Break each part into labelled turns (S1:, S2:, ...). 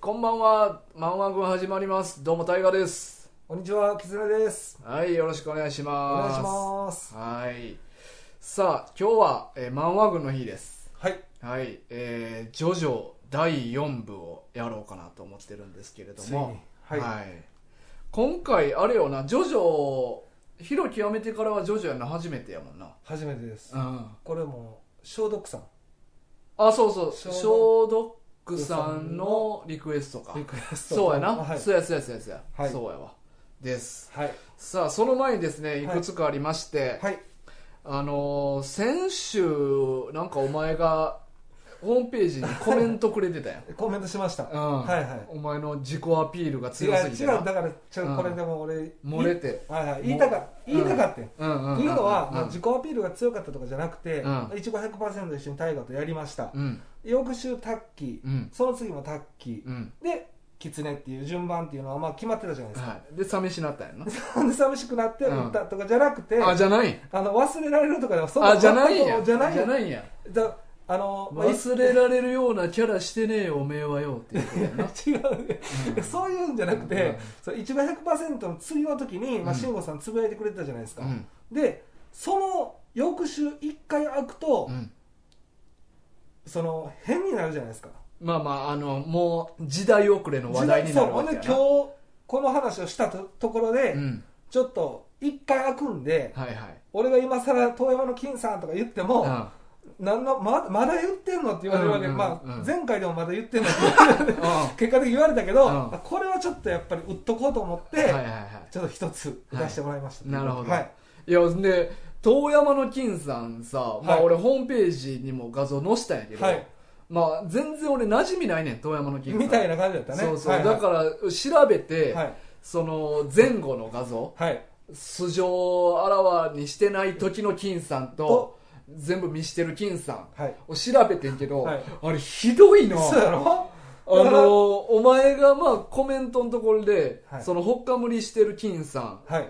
S1: こんばんは、マンワン軍始まります。どうも、タイガです。
S2: こんにちは、キツネです。
S1: はい、よろしくお願いし
S2: お願
S1: ま
S2: い
S1: す。
S2: します。
S1: はい。さあ、今日は、えーマンワ軍の日です。
S2: はい。
S1: はい、えー、ジョジョ第4部をやろうかなと思ってるんですけれど
S2: ついに
S1: も、
S2: はい
S1: 今回、あれよな、ジョジョ、ヒロ極めてからはジョジョやな、初めてやもんな。
S2: 初めてです。
S1: うん。
S2: これも、消毒さん。
S1: あ、そうそう、シ
S2: シ
S1: ョ
S2: ョ
S1: ードックさんのリクエストか。
S2: リクエスト
S1: そうやな、
S2: はい。
S1: そうやそうやそうやそうや、
S2: はい
S1: そうやわです
S2: はい。
S1: さあその前にですね
S2: い
S1: いくつかありまして、
S2: はい。
S1: あのー先週なんかお前がホームページにコメントくれて たやん、
S2: コメントしました。
S1: うん
S2: はいはい。
S1: お前の自己アピールが
S2: 違う、
S1: 強すぎ
S2: 違
S1: て
S2: う、
S1: な
S2: だから、ち
S1: う
S2: ょ
S1: ん
S2: これでも俺、
S1: 漏れて
S2: いはいはい。言いたか、
S1: うん
S2: 言いたかって。
S1: うんうんうん
S2: っていうのは、
S1: うん
S2: もう自己アピールが強かったとかじゃなくて、
S1: うん
S2: 一五100%一緒に大河とやりました。
S1: うん
S2: 翌週、タッキ
S1: う
S2: ー。
S1: ん
S2: その次もタッキ
S1: うん
S2: ー。で、キツネっていう順番っていうのは、まあ決まってたじゃないですか。
S1: はいで寂しなったんや んな
S2: で寂しくなって打ったとかじゃなくて、
S1: あじゃない
S2: あの忘れられるとかではそ
S1: あじゃないんや
S2: じゃない
S1: じゃ
S2: よ
S1: ないんや
S2: だあの、まあ、い
S1: 忘れられるようなキャラしてねえよおめえはよっていうことやな
S2: 違うね、そういうんじゃなく
S1: うん
S2: て、その一番100%の次の時に、まあ、
S1: うん
S2: 慎吾さんつぶやいてくれてたじゃないですか、
S1: うん
S2: でその翌週一回開くと、
S1: うん
S2: その変になるじゃないですか
S1: まあまああのもう時代遅れの話題になるわけやな
S2: そうほんで今日この話をしたとところで、
S1: うん、
S2: ちょっと一回開くんで、
S1: はいはい
S2: 俺が今更遠山の金さんとか言っても、
S1: あ
S2: なんのままだ言ってんのって言われるわけで、
S1: うんうんうん
S2: まあ、前回でもまだ言ってんのって
S1: あ
S2: 結果的に言われたけど、
S1: うん
S2: これはちょっとやっぱり売っとこうと思って、
S1: はいはいは
S2: ちょっと一つ出してもらいました、
S1: いなるほど、
S2: はい、
S1: い、やで遠山の金さんさ、まあ
S2: はい
S1: 俺ホームページにも画像載せたんやけど、
S2: はい
S1: まあ全然俺馴染みないねん遠山の金さん
S2: みたいな感じだったね
S1: そうそう、
S2: はいはい
S1: だから調べて、
S2: はい
S1: その前後の画像
S2: はい
S1: 素性をあらわにしてない時の金さんと全部見してる金さん
S2: はい
S1: を調べてんけど、
S2: はい
S1: あれひどいな
S2: そうやろ
S1: あのーお前がまあコメントのところで、
S2: はい
S1: そのほっかむりしてる金さ
S2: は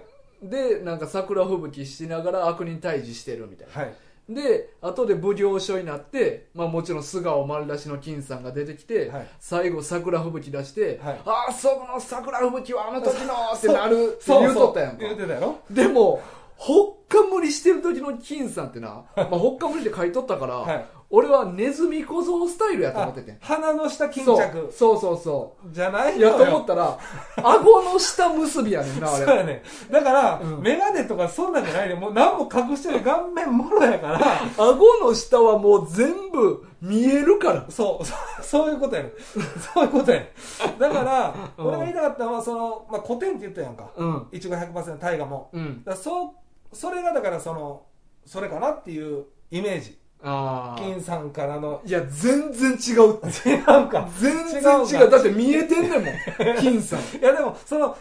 S2: い
S1: んでなんか桜吹雪しながら悪人退治してるみたいな、
S2: はい
S1: で後で奉行所になって、まあ、もちろん素顔丸出しの金さんが出てきて、
S2: はい
S1: 最後桜吹雪出して「
S2: はい
S1: ああそこの桜吹雪はあの時の!」ってなるって
S2: そう
S1: 言うとったやんか
S2: 言うてたやろ
S1: でもほっかむりしてる時の金さんって な、まあ、ほっかむりって書いとったから、
S2: はい
S1: 俺はネズミ小僧スタイルやと思っててん
S2: あ鼻の下巾
S1: そう
S2: 着
S1: そうそうそう
S2: じゃない
S1: い
S2: の
S1: や
S2: よ
S1: と思ったら、顎の下結びやねんな、あ
S2: そう
S1: れ。
S2: やねだから、
S1: うん
S2: メガネとかそんなんじゃないねもう何も隠してない顔面もろやから
S1: 顎の下はもう全部見えるから。
S2: そう、そう そういうことやねそういうことやねだから、
S1: うん
S2: 俺が言いたかったのは、その、まあ、古典って言ったやんか。
S1: うん。
S2: 一5 100%大河も。
S1: うん。
S2: だからそう、それがだから、その、それかなっていうイメージ。
S1: ああ。
S2: 金さんからの、
S1: いや、全然違うって。
S2: 違うか。
S1: 全然
S2: 違う
S1: 違う。
S2: か
S1: だって見えてんねんも ん。金さん。
S2: いや、でも、その、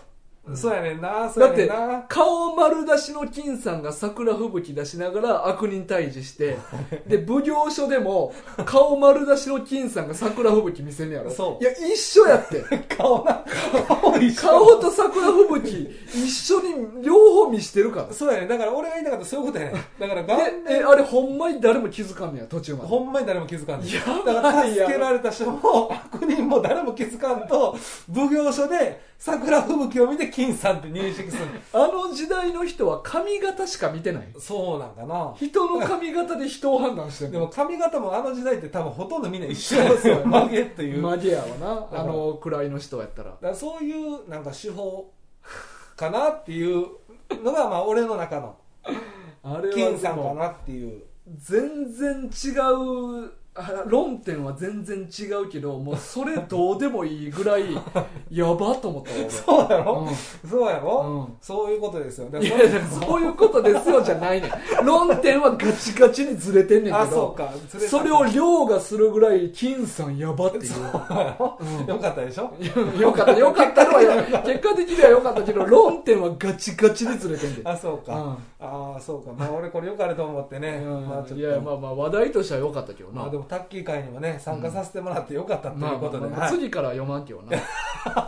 S2: そうやねんな、そう
S1: だ
S2: や
S1: っ
S2: ねん
S1: て
S2: な。、
S1: 顔丸出しの金さんが桜吹雪出しながら悪人退治して、で、奉行所でも、顔丸出しの金さんが桜吹雪見せんねやろ。
S2: そう
S1: いや、一緒やって。
S2: 顔な、顔 一緒。
S1: 顔と桜吹雪、一緒に両方見してるから。
S2: そうやねんだから、俺が言いたかったのはそういうことやねんだから、顔面
S1: え、え、あれほんまに誰も気づかんねや、途中まで。
S2: ほんまに誰も気づかんねん
S1: やばい
S2: だから助けられた人も悪人も誰も気づかん と奉行所で桜吹雪を見て金さんって認識する
S1: あの時代の人は髪型しか見てない。
S2: そうなんかな
S1: 人の髪型で人を判断してる
S2: でも髪型もあの時代って多分ほとんどみんな一緒なんです よ曲げっていうだ
S1: マ
S2: か
S1: ギアはな、
S2: ら
S1: あの位の人やったら。
S2: らそういうなんか手法かなっていうのがまあ俺の中の
S1: あれ
S2: 金さんかなっていう
S1: 全然違う、あ論点は全然違うけど、もうそれどうでもいいぐ らい、やばと思ったわ
S2: そうや
S1: 俺
S2: ろ、そうやろ、
S1: うん
S2: そういうことですよだ
S1: うん。い
S2: か
S1: や
S2: ら
S1: いや、そういうことですよじゃないねん。論点はガチガチにずれてんねんけど。
S2: あそうかずた
S1: それを凌駕するぐらい金さんやばっていううん
S2: よかったでしょ
S1: いや よかったよかったのはや結果的にはよかったけど論点はガチガチにずれ てんで
S2: あそうか、
S1: うん
S2: ああそうかまあ俺これよくあると思ってね、まあちょっ
S1: い
S2: と
S1: やまあまあ話題としてはよかったけどな
S2: まあでももタッキー会にもね、参加させてもらってよかったと
S1: ま
S2: い
S1: あ
S2: う
S1: ま
S2: こ
S1: あ
S2: と
S1: ま
S2: で
S1: あ、まあ
S2: はい
S1: 次から読まんけどな、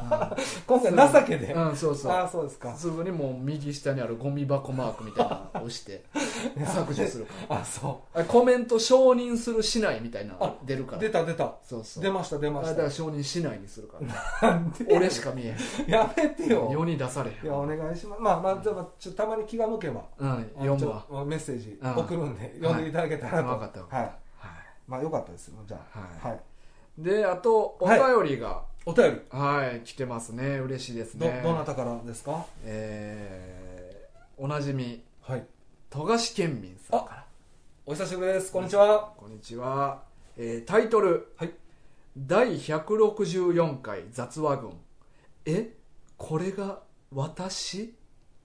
S2: 今回情けで。
S1: うん、そうそう
S2: ああ、そうですか。
S1: すぐにもう右下にあるゴミ箱マークみたいなのを押 して削除するから
S2: あ、そ
S1: あコメント承認するしないみたいなの出るか
S2: う。
S1: ら
S2: 出た出た。
S1: そうそう
S2: 出ました出
S1: あ
S2: ま
S1: だ
S2: し
S1: から
S2: た。
S1: 承認しないにするから
S2: なんで
S1: 俺しか見えへ
S2: やめて
S1: ん世
S2: よ。
S1: に出され
S2: い
S1: へん
S2: や、お願いします。まあまあ、でもちょっとたまに気が向けば、
S1: うん
S2: あの
S1: 読むわ
S2: ちょっとメッセージ
S1: うん
S2: 送るんで、読んでいただけたら
S1: はい
S2: と。
S1: わかったわか
S2: はい。
S1: は
S2: まあ、よかったですよ、じゃあ。
S1: は
S2: はい。
S1: いであとお便りが
S2: お便り、
S1: はい、来てますね嬉しいです
S2: ど、
S1: ね
S2: どなたからですか
S1: えーおなじみ
S2: はい。
S1: 富樫県民さん
S2: あ、お久しぶりです。こんにちは。
S1: こんにちは、えータイトル、
S2: はい
S1: 第164回雑話群えこれが私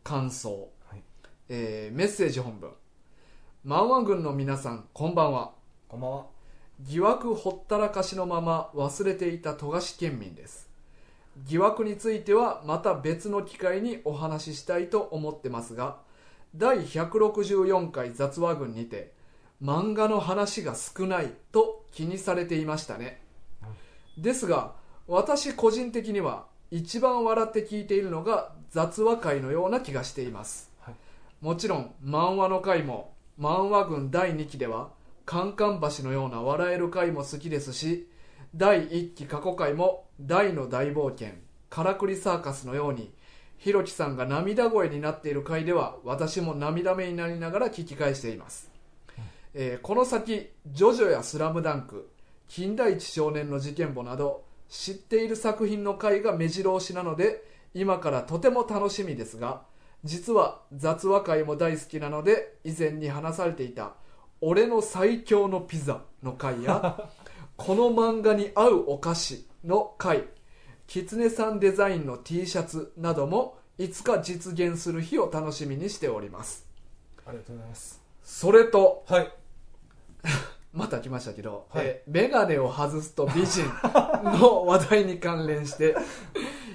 S1: 感想、
S2: はい
S1: えーメッセージ本文マンワン軍の皆さんこんばんは
S2: こんばんは。
S1: 疑惑ほったらかしのまま忘れていた富樫県民です疑惑についてはまた別の機会にお話ししたいと思ってますが第164回雑話群にて漫画の話が少ないと気にされていましたねですが私個人的には一番笑って聞いているのが雑話会のような気がしています、
S2: はい
S1: もちろん漫画の回も漫画群第2期ではカンカン橋のような笑える回も好きですし第1期過去回も大の大冒険からくりサーカスのようにひろきさんが涙声になっている回では私も涙目になりながら聞き返しています、えーこの先ジョジョやスラムダンク金田一少年の事件簿など知っている作品の回が目白押しなので今からとても楽しみですが実は雑話会も大好きなので以前に話されていた「俺の最強のピザ」の回 や「この漫画に合うお菓子」の回「きつねさんデザインの T シャツ」などもいつか実現する日を楽しみにしております
S2: ありがとうございます。
S1: それと
S2: はい。
S1: また来ましたけど、
S2: はい
S1: えーメガネを外すと美人の話題に関連 して、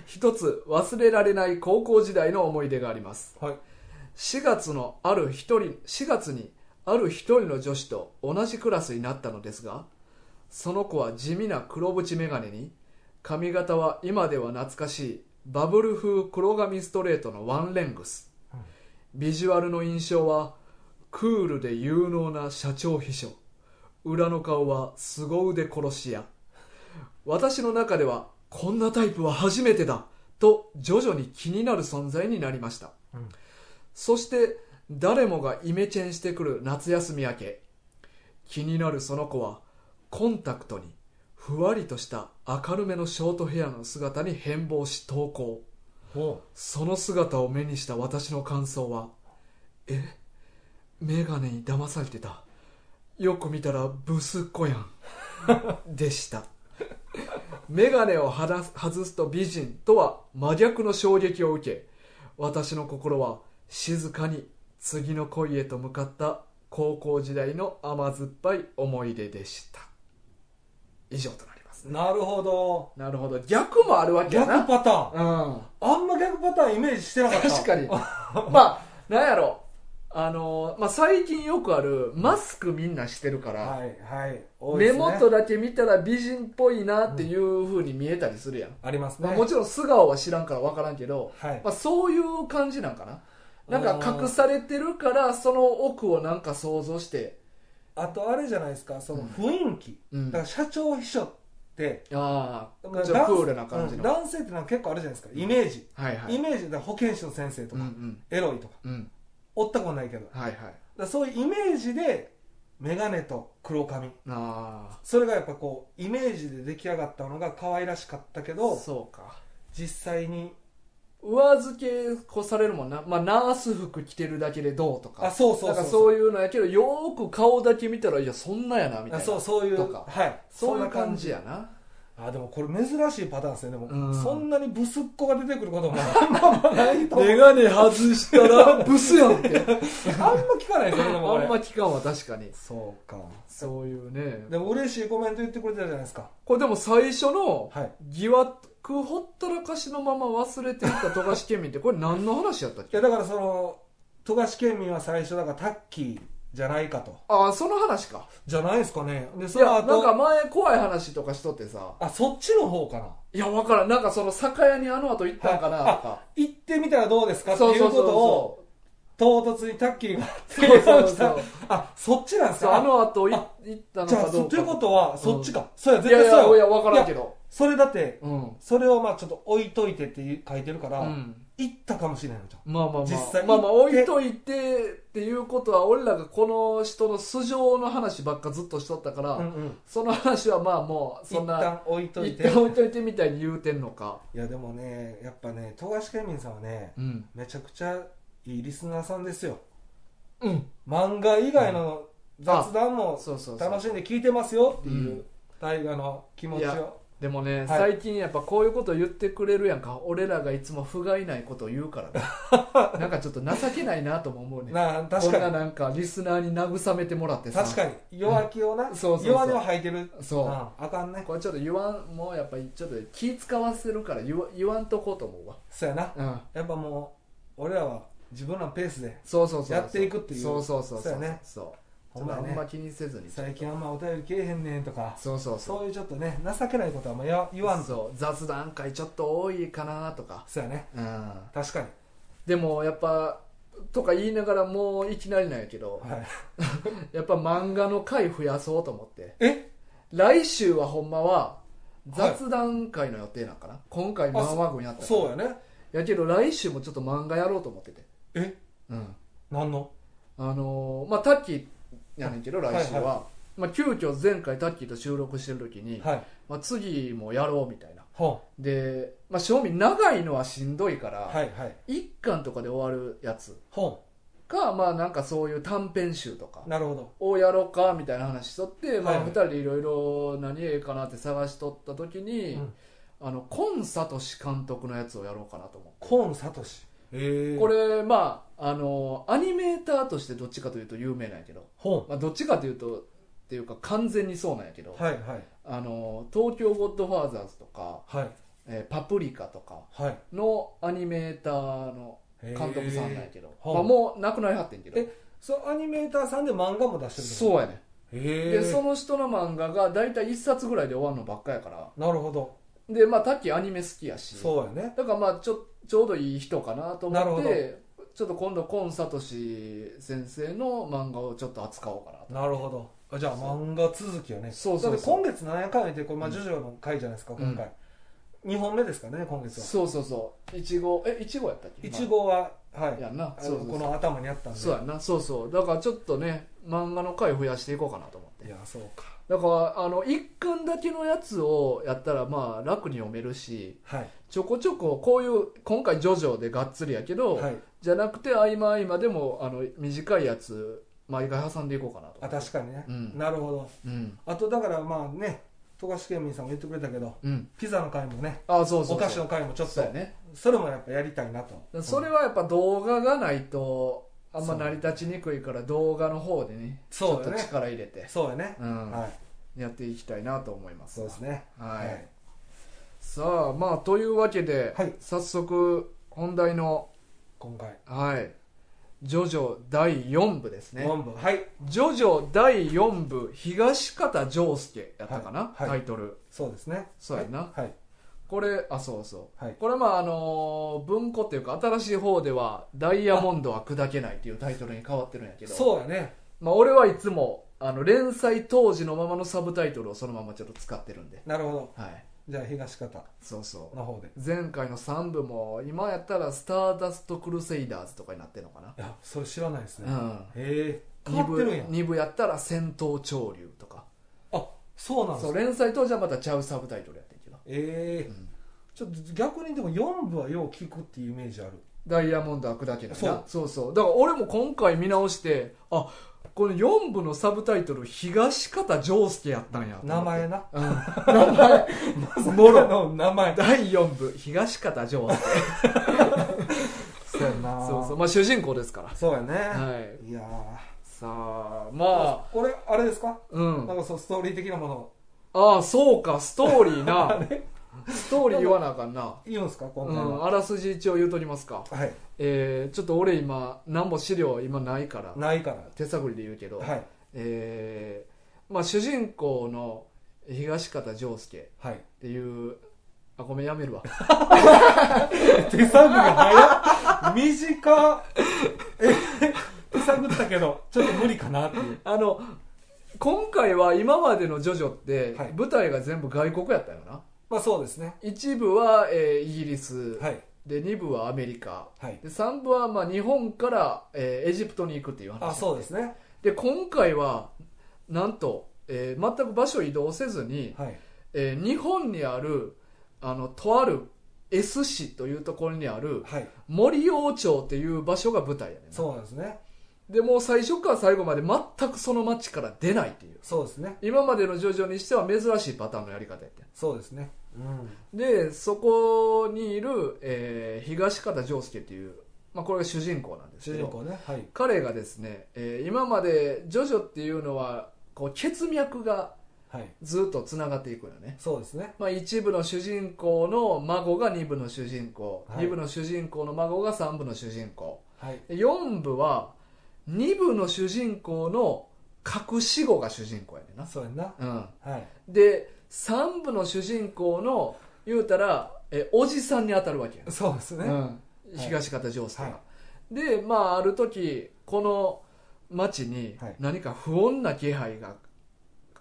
S1: 一つ忘れられない高校時代の思い出があります。
S2: はい。
S1: 4月のある一人、4月にある一人の女子と同じクラスになったのですが、その子は地味な黒縁メガネに、髪型は今では懐かしいバブル風黒髪ストレートのワンレングス。ビジュアルの印象は、クールで有能な社長秘書。裏の顔は凄腕殺し屋。私の中では、こんなタイプは初めてだと徐々に気になる存在になりました。そして誰もがイメチェンしてくる夏休み明け気になるその子はコンタクトにふわりとした明るめのショートヘアの姿に変貌し投稿
S2: ほ
S1: その姿を目にした私の感想はえメガネに騙されてたよく見たらブスっ子やん でしたメガネをはだ外すと美人とは真逆の衝撃を受け私の心は静かに次の恋へと向かった高校時代の甘酸っぱい思い出でした以上となります
S2: う。なるほど。
S1: なるほど逆もあるわけや
S2: 逆
S1: な
S2: パター
S1: う
S2: ン。
S1: ん
S2: あんま逆パターンイメージしてなかった。
S1: 確かに
S2: あ
S1: まあなんやろあのーまあ、最近よくあるマスクみんなしてるから、
S2: はい、はい。多い
S1: 目
S2: ですね
S1: 元だけ見たら美人っぽいなっていうふうに見えたりするやん、
S2: ありますね。
S1: まあ、もちろん素顔は知らんから分からんけど、
S2: はい。
S1: まあ、そういう感じなんかななんか隠されてるからその奥をなんか想像して
S2: あとあれじゃないですか、その雰囲気。
S1: うん
S2: だから社長秘書って、
S1: ああ
S2: なんか
S1: ちょっとクールな感じ
S2: うん
S1: の、
S2: 男性ってなんか結構あるじゃないですか、イメージ。
S1: はいはい
S2: イメージ、だから保健師の先生と
S1: うんう
S2: か、
S1: ん
S2: エロいとか、
S1: うん
S2: おったことないけど。だか
S1: はいはい
S2: らそういうイメージで、メガネと黒髪。
S1: あ
S2: それがやっぱこう、イメージで出来上がったのが可愛らしかったけ
S1: あ
S2: ど、
S1: そうか
S2: 実際に、
S1: 上付けこされるもんな、まあ、ナース服着てるだけでどうとか
S2: あ、そうそ
S1: な
S2: う
S1: ん
S2: そう
S1: か
S2: そう
S1: そういうのやけどよーく顔だけ見たらいやそんなやなみたい
S2: あ
S1: な
S2: そうそういう
S1: とか
S2: はい
S1: そうい
S2: ん
S1: う
S2: な
S1: 感じやな
S2: あでもこれ珍しいパターンですねでも、
S1: うん
S2: そんなにブスっ子が出てくること もあんまないと思う
S1: メガネ外したら ブスやんって
S2: あんま聞かないですよねで
S1: あん
S2: もこれ
S1: ま聞かんわ確かに
S2: そうか
S1: そういうね
S2: でも嬉しいコメント言ってくれてたじゃないですか
S1: これでも最初の
S2: はい
S1: 疑惑ほったらかしのまま忘れていた富樫県民ってこれ何の話やったっ
S2: い
S1: け
S2: やだからその富樫県民は最初だからタッキーじゃないかと。
S1: ああその話か
S2: じゃないですかね。で、
S1: い
S2: その
S1: やなん
S2: 後、
S1: か前怖い話とかしとってさ
S2: あ、そっちの方かな。
S1: いやわからんなんかその酒屋にあの後行ったんかなと
S2: はい
S1: か
S2: 行ってみたらどうですかって
S1: そう
S2: いう
S1: そ
S2: こ
S1: うそう
S2: とを、
S1: そう
S2: 唐突にタッキーが提
S1: そうそう
S2: 案
S1: そう
S2: した。 あ、そっちなんです
S1: そうあ
S2: か
S1: の後い
S2: あ
S1: 行ったの
S2: じゃあ、
S1: かどう
S2: と
S1: か
S2: いうことは、そっちか。そうや、
S1: い
S2: 絶
S1: やい
S2: 対そう
S1: や
S2: や
S1: いやわからんけど
S2: それだって、
S1: うん
S2: それをまあちょっと置いといてっていう書いてるから、
S1: うん
S2: 行ったかもしれないのじゃん。
S1: まあまあまあ
S2: 実際
S1: まあまあ
S2: 行っ
S1: 置
S2: て
S1: いといてっていうことは俺らがこの人の素性の話ばっかずっとしとったから、
S2: うんうん
S1: その話はまあもうそん
S2: 一
S1: な
S2: 旦置いとい
S1: 一
S2: て。
S1: 旦置いといてみたいに言うてんのか
S2: いや、でもね、やっぱね、東樫県民さんはね、
S1: うん
S2: めちゃくちゃいいリスナーさんですよ。
S1: うん
S2: 漫画以外の雑談も
S1: そうそうそう
S2: 楽しんで聞いてますよっていうう大河の気持
S1: い
S2: ち
S1: や
S2: を
S1: でもね、
S2: はい
S1: 最近やっぱこういうこと言ってくれるやんか俺らがいつも不甲斐ないことを言うからねなんかちょっと情けないなとも思うね
S2: なあ確
S1: こん
S2: か
S1: な
S2: に
S1: なんかリスナーに慰めてもらってさ
S2: 確かに弱気をな、
S1: うんそうそうそう
S2: 弱音を吐いてる
S1: そう
S2: うんあかんね
S1: これちょっと言わんもうやっぱりちょっと気使わせるから言わ言わんとこうと思うわ
S2: そうやな
S1: うん
S2: やっぱもう俺らは自分らのペースで
S1: そうそうそう
S2: やっていくっていう
S1: そうそうそう
S2: そうやね
S1: そう
S2: ほん
S1: ちょ
S2: ま
S1: っ
S2: や
S1: とあん
S2: ね
S1: ま気にせずに
S2: 最近あんまお便りけえへんねんとか
S1: そうそうそう
S2: そういうちょっとね情けないことはあんまや言わんと
S1: そう雑談会ちょっと多いかなとか
S2: そうやね
S1: うん
S2: 確かに
S1: でもやっぱとか言いながらもういきなりなんやけど、
S2: はい
S1: やっぱ漫画の回増やそうと思って
S2: え
S1: 来週はほんまは雑談会の予定なんかな、今回漫画軍やったから
S2: そうやね
S1: やけど来週もちょっと漫画やろうと思ってて
S2: え
S1: うん
S2: 何の
S1: あのーまあタッキーやねんけど来週は、
S2: はい
S1: まあ、急遽前回タッキーと収録してる時に、
S2: はい
S1: まあ、次もやろうみたいな
S2: ほ
S1: で、まあ、正味長いのはしんどいから、
S2: うはいはい
S1: 一巻とかで終わるやつ
S2: ほ
S1: かまあなんかそういう短編集とか
S2: うなるほど
S1: をやろうかみたいな話しとって、ま
S2: は
S1: あ、
S2: い
S1: 2人でいろいろ何ええかなって探しとった時に、
S2: うん
S1: あのコンサトシ監督のやつをやろうかなと思って、
S2: コーンサトシえ
S1: これまああのアニメーターとしてどっちかというと有名なんやけど、
S2: ほ
S1: まあ、どっちかというとっていうか完全にそうなんやけど、
S2: うはいはい
S1: あの東京ゴッドファーザーズとか、
S2: はい
S1: えーパプリカとか
S2: はい
S1: のアニメーターの監督さんなんやけど、
S2: へー
S1: まあ、もう亡くなりはってんけど
S2: えそうアニメーターさんで漫画も出してる
S1: そう
S2: う
S1: やね
S2: へ
S1: でそ
S2: え
S1: の人の漫画が大体1冊ぐらいで終わるのばっかやから
S2: なるほど
S1: でまあタッキーアニメ好きやし
S2: そうやね
S1: だからまあちょちょうどいい人かなと思っ
S2: な
S1: てちょっと今度コンサトシ先生の漫画をちょっと扱おうかなと
S2: なるほどあじゃあ
S1: そう
S2: 漫画続きやね
S1: そうそうそう
S2: だって今月何やかんやでこれ、まあ、
S1: うん
S2: ジョジョの回じゃないですか
S1: ん
S2: 今回、二2本目ですかね今月は
S1: そうそうそういちごえいちごやったっけ
S2: いちごははい
S1: やんな
S2: あの
S1: そうそうそう
S2: この頭にあったんで
S1: そうやなそうそうだからちょっとね漫画の回増やしていこうかなと思って
S2: いやそうか
S1: だからあの一巻だけのやつをやったらまあ楽に読めるし
S2: はい
S1: ちょこちょここういう今回「ジョジョ」でがっつりやけど、
S2: はい
S1: じゃなくて合間合間でもあの短いやつ毎回挟んでいこうかなと
S2: あ確かにね、
S1: うん
S2: なるほど
S1: うん
S2: あとだからまあね富樫県民さんも言ってくれたけど
S1: うん
S2: ピザの回もね
S1: あそうそうそう
S2: お菓子の回もちょっ
S1: そ
S2: と
S1: うやね
S2: それもやっぱやりたいなと、
S1: それはやっぱ動画がないとあんま成り立ちにくいから動画の方でねちょ
S2: そ
S1: っ
S2: う
S1: と
S2: だね
S1: 力入れて
S2: そうやね、
S1: うん
S2: はい
S1: やっていきたいなと思います
S2: そうですね
S1: はいさあまあというわけで
S2: はい
S1: 早速本題の
S2: 今回
S1: はい「ジョジョ第4部」ですね
S2: 4部はい
S1: ジョジョ第4部東方丈介やったかな、
S2: はいはい
S1: タイトル
S2: そうですね
S1: そうやな
S2: はい
S1: これあそうそ
S2: は
S1: う
S2: い
S1: これまああのー文庫っていうか新しい方では「ダイヤモンドは砕けない」っていうタイトルに変わってるんやけど
S2: そうやね
S1: まあ、俺はいつもあの連載当時のままのサブタイトルをそのままちょっと使ってるんで
S2: なるほど
S1: はい
S2: じゃあ東方
S1: そうそう
S2: の方で
S1: 前回の3部も今やったら「スターダスト・クルセイダーズ」とかになってるのかない
S2: やそれ知らないですね、
S1: う
S2: へ
S1: ん
S2: え変わ
S1: 2
S2: って
S1: 部
S2: るんや
S1: 2部やったら「戦闘潮流」とか
S2: あそうなんです
S1: そう
S2: か
S1: 連載当時はまたちゃうサブタイトルやってんけど
S2: ええ
S1: うん
S2: ちょっと逆にでも4部はよう聞くっていうイメージあ る
S1: ダイヤモンド開くだけだな
S2: そう
S1: そうそうだから俺も今回見直してあこの4部のサブタイトル東方丈介やったんやと思って
S2: 名前な、
S1: うん、名前もろ
S2: の名前
S1: 第4部東方丈介
S2: そうやな
S1: そうそう
S2: う
S1: まあ主人公ですから
S2: そうやね、
S1: はい
S2: い、やー
S1: さあまあ
S2: これあれですか、
S1: うん
S2: なんかそうストーリー的なもの
S1: ああそうかストーリーなストーリー言わなあかんな
S2: 言うんすか今
S1: う
S2: 回
S1: ん、
S2: は、
S1: あらすじ一応言うとりますか、
S2: はい
S1: えー、ちょっと俺今何も資料今ないから
S2: ないから
S1: 手探りで言うけど、
S2: はい
S1: えーまあ、主人公の東方丈介っ
S2: はい
S1: ていうあごめんやめるわ
S2: 手探りが早っ短っえ手探ったけどちょっと無理かなっていう
S1: あの今回は今までの「ジョジョ」って
S2: はい
S1: 舞台が全部外国やったよな、
S2: まあそうですね
S1: 一部は、えーイギリス、
S2: はい
S1: で二部はアメリカ
S2: はい
S1: で三部はまあ日本から、えーエジプトに行くっていう話
S2: あそうですね
S1: で今回はなんと、えー全く場所移動せずに、
S2: はい
S1: えー日本にあるあのとある S 市というところにある
S2: はい
S1: 森王町っていう場所が舞台やねんな
S2: そうなんですね
S1: でもう最初から最後まで全くその町から出ないっていう
S2: そうですね
S1: 今までのジョジョにしては珍しいパターンのやり方やって
S2: そうですねうん
S1: でそこにいる、えー東方丈介っていう、まあ、これが主人公なんです
S2: 主
S1: け
S2: 人
S1: ど
S2: 公ねはい
S1: 彼がですね、えー今までジョジョっていうのはこう血脈が
S2: はい
S1: ずっとつながっていくよね
S2: そうですね
S1: まあ、一部の主人公の孫が二部の主人公、
S2: はい
S1: 二部の主人公の孫が三部の主人公
S2: はい
S1: で四部は二部の主人公の隠し子が主人公やねんな、
S2: そうやんな
S1: うん、
S2: はい
S1: で三部の主人公の言うたらえおじさんに当たるわけや、
S2: そうですね、
S1: うん、
S2: はい
S1: 東方丈介が、
S2: は
S1: でまあある時この町に
S2: はい
S1: 何か不穏な気配が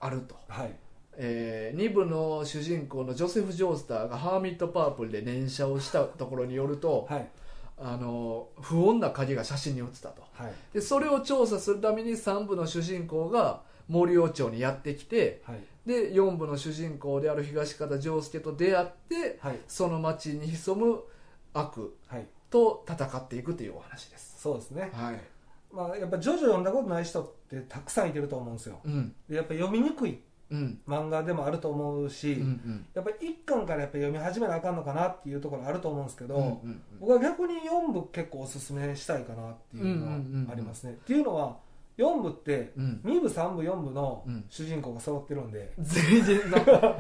S1: あると、
S2: はい
S1: え2部の主人公のジョセフ・ジョースターがハーミット・パープルで連射をしたところによると、
S2: はい
S1: あの不穏な影が写真に写ったと
S2: はい
S1: でそれを調査するために3部の主人公が森王朝にやってきて
S2: はい
S1: で4部の主人公である東方丈介と出会って
S2: はい
S1: その町に潜む悪
S2: はい
S1: と戦っていくというお話です
S2: そうですね
S1: はい、
S2: まあやっぱジョジョ読んだことない人ってたくさんいてると思うんですよ
S1: うん
S2: でやっぱ読みにくい
S1: うん
S2: 漫画でもあると思うし、
S1: うんうん
S2: やっぱり1巻からやっぱ読み始めなあかんのかなっていうところあると思うんですけど、
S1: うんうん
S2: 僕は逆に4部結構おすすめしたいかなっていうの
S1: うんうんうんうん
S2: はありますね、っていうのは4部って
S1: うん
S2: 2部3部4部の
S1: うん
S2: 主人公が揃ってるんで、
S1: 全然な確か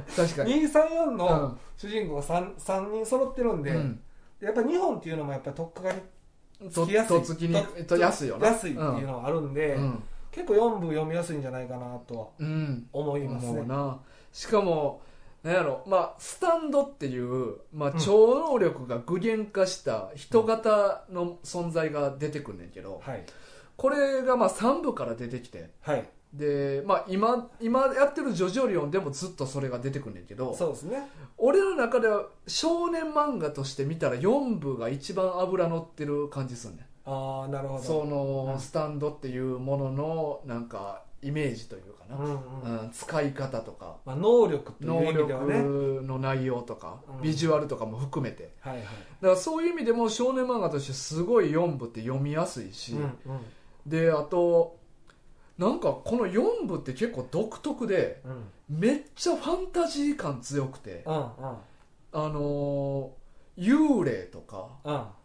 S1: に
S2: 234
S1: う
S2: の
S1: ん
S2: 主人公が 3, 三人揃ってるんで、
S1: うん
S2: やっぱ日本っていうのもやっぱりとっかかり
S1: と
S2: つきやすい
S1: とつきに
S2: と
S1: えっと安いよな
S2: 安いっていうのはあるんで、
S1: うん
S2: 結構4部読みやすいんじゃないかなとは
S1: うん
S2: 思います
S1: 思
S2: ね
S1: うなしかもなんやろまあスタンドっていう、まあ、超能力が具現化した人型の存在が出てくんねんけど
S2: はい
S1: これがまあ3部から出てきて
S2: はい
S1: で、まあ、今今やってる「ジョジョリオン」でもずっとそれが出てくんねんけど
S2: そうですね
S1: 俺の中では少年漫画として見たら4部が一番脂乗ってる感じすんねん
S2: ああなるほど
S1: その
S2: うん
S1: スタンドっていうもののなんかイメージというかな、
S2: うんうん
S1: うん使い方とか
S2: まあ、能力という
S1: 能
S2: 意味ではね
S1: 力の内容とか、
S2: うん
S1: ビジュアルとかも含めて
S2: はいはい、
S1: だからそういう意味でも少年漫画としてすごい4部って読みやすいし、
S2: うんうん、
S1: であとなんかこの4部って結構独特で
S2: うん
S1: めっちゃファンタジー感強くて
S2: う
S1: あ
S2: んうん
S1: のー幽霊とか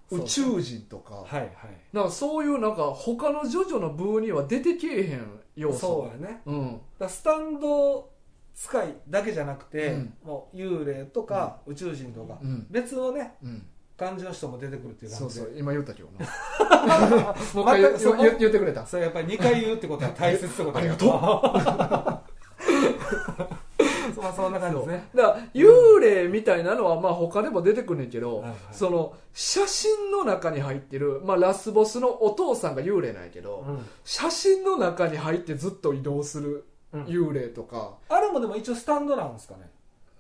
S2: う
S1: 宇
S2: んそう
S1: 宙人とか
S2: はいはい
S1: なんかそういうなんか他のジョジョの部には出てけえへん要素
S2: そうやねだか
S1: うん
S2: らスタンド使いだけじゃなくて、
S1: うん
S2: もう幽霊とか、宇宙人とか、
S1: うん
S2: 別のね
S1: うん
S2: 感じの人も出てくるっていう
S1: そ
S2: 感
S1: う
S2: じで
S1: そう今言ったけど なもう一回
S2: 全くそ
S1: 言
S2: う
S1: 言言ってくれた
S2: それやっぱり2回言うってことは大切ってこと
S1: ありがと
S2: とう まあそんな感じですね
S1: だから幽霊みたいなのはまあ他でも出てくるねんけど、
S2: はいはい
S1: その写真の中に入ってる、まあ、ラスボスのお父さんが幽霊なんやけど、
S2: うん
S1: 写真の中に入ってずっと移動する
S2: うん
S1: 幽霊とか
S2: あれもでも一応スタンドなんですかね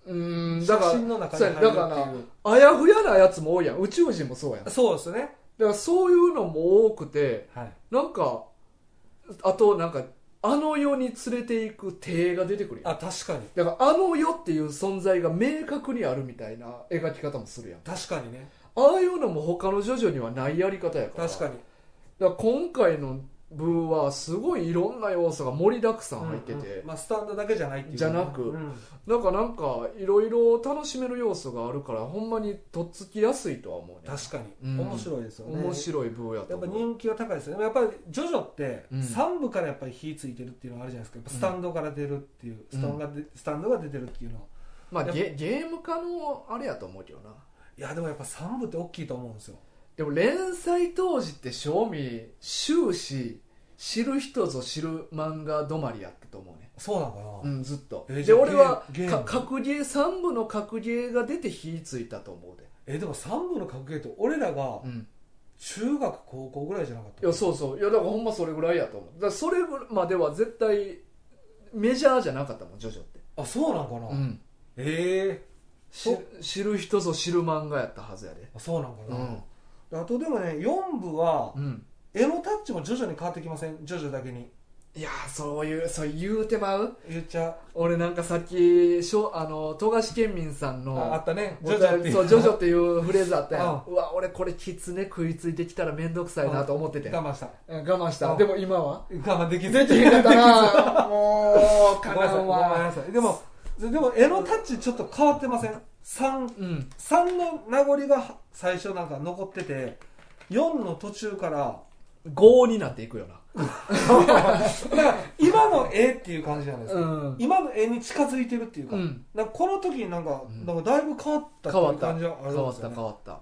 S1: うーんだから
S2: 写真の中に
S1: そう
S2: 入
S1: や
S2: る
S1: ね
S2: ってい
S1: だ
S2: う
S1: からあやふやなやつも多いやん宇宙人もそうやんだか
S2: そうですね
S1: らそういうのも多くて
S2: はい
S1: なんかあとなんかあの世に連れていく手が出てくるやん
S2: あ確かに
S1: だからあの世っていう存在が明確にあるみたいな描き方もするやん
S2: 確かにね
S1: ああいうのも他のジョジョにはないやり方やから
S2: 確かに
S1: だから今回の部はすごいいろんな要素が盛りだくさん入ってて、
S2: うんうんまあ、スタンドだけじゃないっていう
S1: じゃなく
S2: うん
S1: なんかなんかいろいろ楽しめる要素があるからほんまにとっつきやすいとは思うね
S2: 確かに、
S1: うん
S2: 面白いですよね
S1: 面白い部やと
S2: やっぱ
S1: 思う
S2: 人気は高いですよねやっぱりジョジョって
S1: うん
S2: 3部からやっぱり火ついてるっていうのがあるじゃないですかやっぱスタンドから出るっていう、
S1: うん
S2: スタンドがでスタンドが出てるっていうの
S1: まあゲゲーム化のあれやと思うけどない
S2: やでもやっぱ3部って大きいと思うんですよ
S1: でも連載当時って正味終始知る人ぞ知る漫画止まりやったと思うね
S2: そうなのか
S1: う
S2: な、
S1: んずっと
S2: えー
S1: で
S2: じゃあ
S1: 俺は
S2: ゲ
S1: か
S2: ーゲーム
S1: 格ゲー3部の格ゲーが出て火ついたと思うで
S2: えでも3部の格ゲーって俺らが
S1: うん
S2: 中学高校ぐらいじゃなかっ
S1: い
S2: た
S1: やそうそういやだからほんまそれぐらいやと思うだからそれぐらいまでは絶対メジャーじゃなかったもんジョジョって
S2: あそうなんかな、
S1: うん
S2: ええ
S1: し知る人ぞ知る漫画やったはずやで
S2: あそうなんか
S1: う
S2: な、
S1: ん
S2: あとでもね4部は
S1: うん
S2: 絵のタッチも徐々に変わってきません徐々だけに
S1: いやーそういうそう言うてまう
S2: 言っちゃ
S1: 俺なんかさっきしょあの富樫県民さん
S2: う
S1: の
S2: ああったね
S1: ジ
S2: 徐
S1: ョジョ
S2: 々ってい
S1: そうジョジョっていうフレーズあったやん
S2: あ
S1: うわ俺これキツネ食いついてきたら面倒くさいなと思っててうん
S2: 我慢した
S1: 我慢し
S2: あ
S1: たでも今は
S2: 我慢できず
S1: 出てへんかったなもう
S2: ご
S1: か
S2: めん
S1: な
S2: なさい
S1: ん
S2: ごめん
S1: わ
S2: なさいでもでも絵のタッチちょっと変わってません3
S1: うん
S2: 三の名残が最初なんか残ってて4の途中 から
S1: 5になっていくよな
S2: だから今の絵っていう感じじゃないです
S1: う
S2: か、
S1: ん
S2: 今の絵に近づいてるっていうか,、
S1: うん
S2: なんかこの時になんか,、
S1: うん
S2: なんかだいぶ変わったって
S1: 変わ
S2: いう
S1: った
S2: 感じ
S1: 変
S2: はあるん
S1: わ
S2: で
S1: っ
S2: すよ
S1: た
S2: ね
S1: 変わった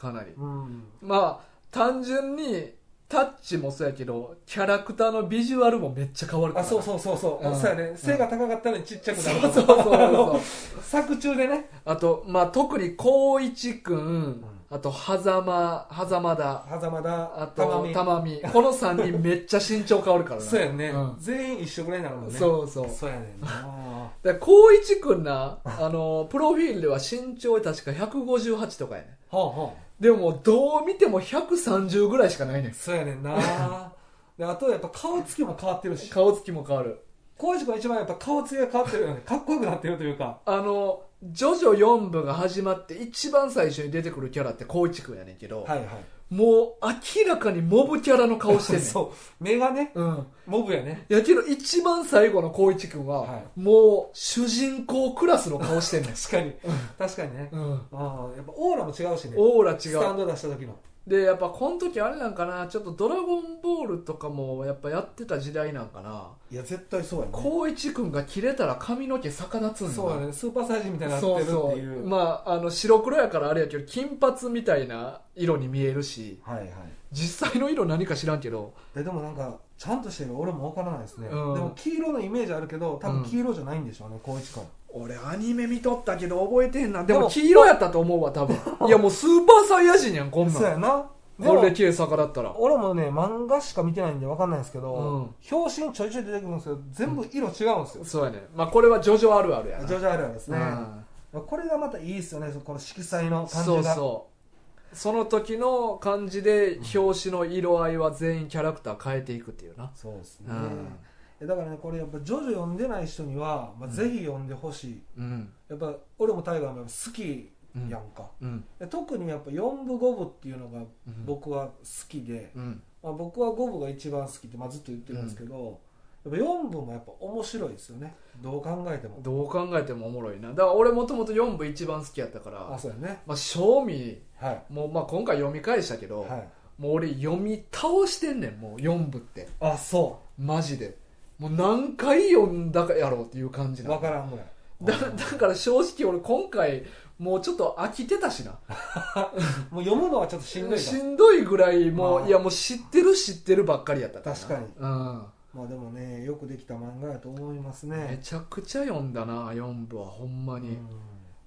S1: かなり
S2: うん
S1: まあ単純にタッチもそうやけどキャラクターのビジュアルもめっちゃ変わるか
S2: あ
S1: らな
S2: そうそうそうそう、
S1: うん
S2: そうやね背が高かったのにちっちゃくなる
S1: そうそうそうそう
S2: 作中でね
S1: あと、まあ、特に光一くん、あと、狭間、狭間だ、
S2: 狭間だ
S1: あと、
S2: 玉
S1: 玉美、この3人めっちゃ身長変わるから
S2: 美
S1: な。
S2: そうやんね、
S1: うん
S2: 全員一緒ぐらいになるもんね
S1: そうそう。
S2: そうやねんな
S1: だから光一くんな、あの、プロフィールでは身長確か158とかやね
S2: ほうほ
S1: でも、どう見ても130ぐらいしかないねん
S2: う。そうやねんなであとやっぱ顔つきも変わってるし
S1: 顔つきも変わる。
S2: 浩司君は一番やっぱ顔つきが変わってるよねかっこよくなってるというか
S1: あの、ジョジョ4部が始まって一番最初に出てくるキャラって光一くんやねんけど、
S2: はいはい
S1: もう明らかにモブキャラの顔してんねん。
S2: そう目がね
S1: うん。
S2: モブやね
S1: いやけど一番最後の光一君は、
S2: は
S1: もう主人公クラスの顔してんねん、
S2: 確かに確かにね、
S1: うん、
S2: ああやっぱオーラも違うしね
S1: オーラ
S2: スタ
S1: 違
S2: ン
S1: う
S2: ド出した時の
S1: でやっぱこの時あれなんかなちょっと「ドラゴンボール」とかもやっぱやってた時代なんかない
S2: や絶対そうや
S1: 光一君が切れたら髪の毛逆立つんだ
S2: そうやねスーパーサイジみたいになってるっ
S1: そ
S2: て
S1: う
S2: いう
S1: そうまああの白黒やからあれやけど金髪みたいな色に見えるし
S2: はいはい
S1: 実際の色何か知らんけど
S2: えでもなんかちゃんとしてる俺も分からないですね、
S1: うん
S2: でも黄色のイメージあるけど多分黄色じゃないんでしょうね光一君
S1: 俺アニメ見とったけど覚えてへんなで
S2: で
S1: も
S2: も
S1: 黄色やったと思うわ多分 いやもうスーパーサイヤ人やんこんなん
S2: そうやなで
S1: こ
S2: も
S1: れで毛逆だったら
S2: 俺もね漫画しか見てないんで分かんないんですけど、
S1: うん
S2: 表紙にちょいちょい出てくるんですけど全部色違うんですよ、
S1: そうやねまあこれはジョジョあるあるやな
S2: ジョジョあるあるですね、
S1: うん
S2: これがまたいいですよねそのこの色彩の感じ
S1: そう
S2: が
S1: そうその時の感じで表紙の色合いは全員キャラクター変えていくっていうな
S2: そうですね
S1: うん
S2: えだからねこれやっぱジョジョ読んでない人には、まあ、ぜひ読んでほしい、
S1: うん
S2: やっぱ俺もタイガーもやっぱ好きやんか、
S1: うん
S2: で特にやっぱ4部5部っていうのが
S1: うん
S2: 僕は好きで、
S1: うん
S2: まあ、僕は5部が一番好きって、まあ、ずっと言ってるんですけど、やっぱ4部もやっぱ面白いですよねどう考えても
S1: どう考えてもおもろいなだから俺もともと4部一番好きやったから
S2: あそうやね
S1: まあ賞味
S2: はい
S1: もうまあ今回読み返したけど、
S2: はい
S1: もう俺読み倒してんねんもう4部って
S2: あそ
S1: マジでもう何回読んだかやろうっていう感じ
S2: う
S1: なの
S2: 分からんぐらい
S1: だだから正直俺今回もうちょっと飽きてたしな
S2: もう読むのはちょっとしんどいか
S1: しんどいぐらいもう、
S2: まあ
S1: いやもう知ってる知ってるばっかりやったらな
S2: 確かに
S1: うん
S2: まあでもねよくできた漫画やと思います
S1: め
S2: ね
S1: ちゃくちゃ読んだな4部はほんまに、
S2: うん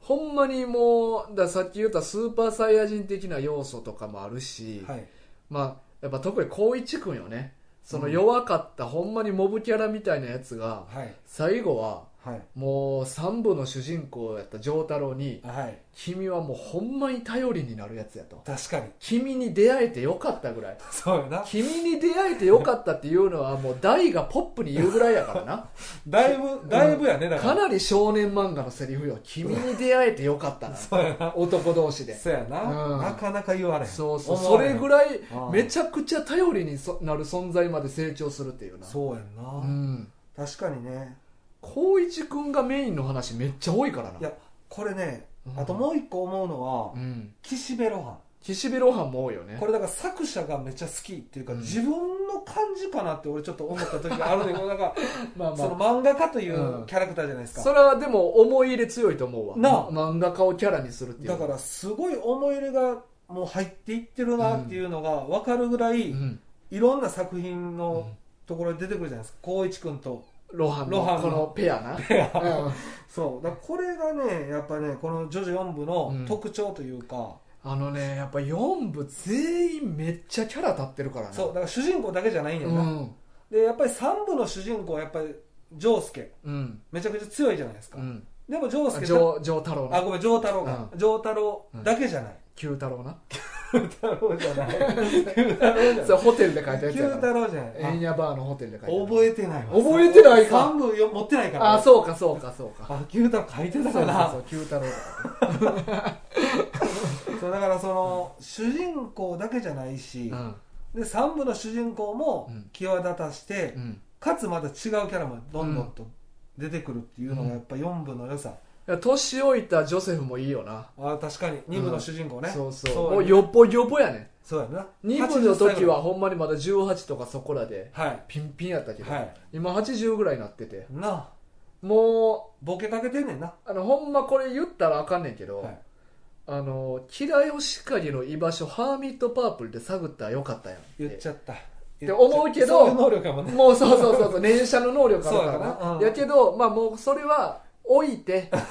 S1: ほんまにもうださっき言ったスーパーサイヤ人的な要素とかもあるし、
S2: はい
S1: まあやっぱ特に光一君よねその弱かった、ほんまにモブキャラみたいなやつが
S2: はい
S1: 最後は
S2: はい
S1: もう3部の主人公やった丈太郎に
S2: はい
S1: 君はもうほんまに頼りになるやつやと
S2: 確かに
S1: 君に出会えてよかったぐらい
S2: そうやな
S1: 君に出会えてよかったっていうのはもう大がポップに言うぐらいや からな
S2: だいぶだいぶやねだか
S1: からなり少年漫画のセリフよ君に出会えてよかったな
S2: そうやな
S1: 男同士で
S2: そうやな、
S1: うん
S2: なかなか言われへん
S1: そうそう
S2: 思
S1: そ
S2: わへん
S1: れぐらい
S2: うん
S1: めちゃくちゃ頼りにそなる存在まで成長するっていうな
S2: そうやんな、
S1: うん
S2: 確かにね
S1: 光一君がメインの話めっちゃ多いからない
S2: やこれね、
S1: うん
S2: あともう一個思うのは、
S1: うん
S2: 岸辺露伴
S1: 岸辺露伴も多いよね
S2: これだから作者がめっちゃ好きっていうか、
S1: うん
S2: 自分の感じかなって俺ちょっと思った時があるんだけ どなんか
S1: まあ
S2: その
S1: ま
S2: 漫画家とい
S1: うん
S2: うキャラクターじゃないです
S1: あ
S2: か、
S1: それはでも思い入れ強いと思うわ
S2: なあ
S1: 漫画家をキャラにするっていうの
S2: だ
S1: は
S2: からすごい思い入れがもう入っていってるなっていうのが分かるぐらい、
S1: うん
S2: いろんな作品
S1: うん
S2: のところに出てくるじゃないですか光一君と
S1: 露伴
S2: 露
S1: の
S2: 伴
S1: こ
S2: の
S1: のペアなうん
S2: そうだからこれがねやっぱねこの「ジョジョ4部」
S1: うん
S2: の特徴というか、
S1: あのねやっぱ4部全員めっちゃキャラ立ってるからな
S2: そうだから主人公だけじゃないんや
S1: う
S2: な、
S1: ん
S2: でやっぱり3部の主人公はやっぱりジョースケ
S1: うん
S2: めちゃくちゃ強いじゃないですか、
S1: うん
S2: でもジョースケだ
S1: 丈丈太郎
S2: あ
S1: な
S2: ごめんジョー太郎が、ジョー太郎だけじゃない、
S1: 九太郎な
S2: 太郎じゃない九太郎じゃ
S1: それホテルで書いた
S2: な
S1: や
S2: い
S1: つ
S2: 九
S1: やか
S2: 太
S1: ら
S2: 郎じゃない
S1: エンヤバーのホテルで書いたやつ
S2: 覚えてないわ
S1: 覚えてないか
S2: 3部よ持ってないから
S1: あそうかそうかそうか
S2: あ九太郎書いて
S1: そう
S2: た
S1: そ
S2: か
S1: うそ
S2: ら
S1: う九太郎とかね
S2: そうだからその主人公だけじゃないし、
S1: うん
S2: で3部の主人公も
S1: うん
S2: 際立たして、
S1: うん
S2: かつまた違うキャラもどんどんと出てくるっていうのがやっぱ4部の良さ、
S1: いや年老いたジョセフもいいよな
S2: あー確かに2部の主人公ね、
S1: そうそう
S2: そう
S1: も
S2: や
S1: う
S2: ね
S1: よっぽよっぽやね
S2: そうやな
S1: 2部の時はほんまにまだ18とかそこらで
S2: はい
S1: ピンピンやったけど
S2: はい
S1: 今80ぐらいになってて
S2: なあ
S1: も
S2: ボケかけてんねんな、
S1: うあのほんまこれ言ったらあかんねんけど、
S2: はい
S1: あの嫌いをしかりの居場所ハーミットパープルで探ったらよかったやん
S2: 言っちゃった
S1: て思うけど
S2: そういう能力やもんね
S1: もうそうそう そうそう連射の能力あるから
S2: そうや
S1: な
S2: なうん
S1: やけどまあもうそれは置いて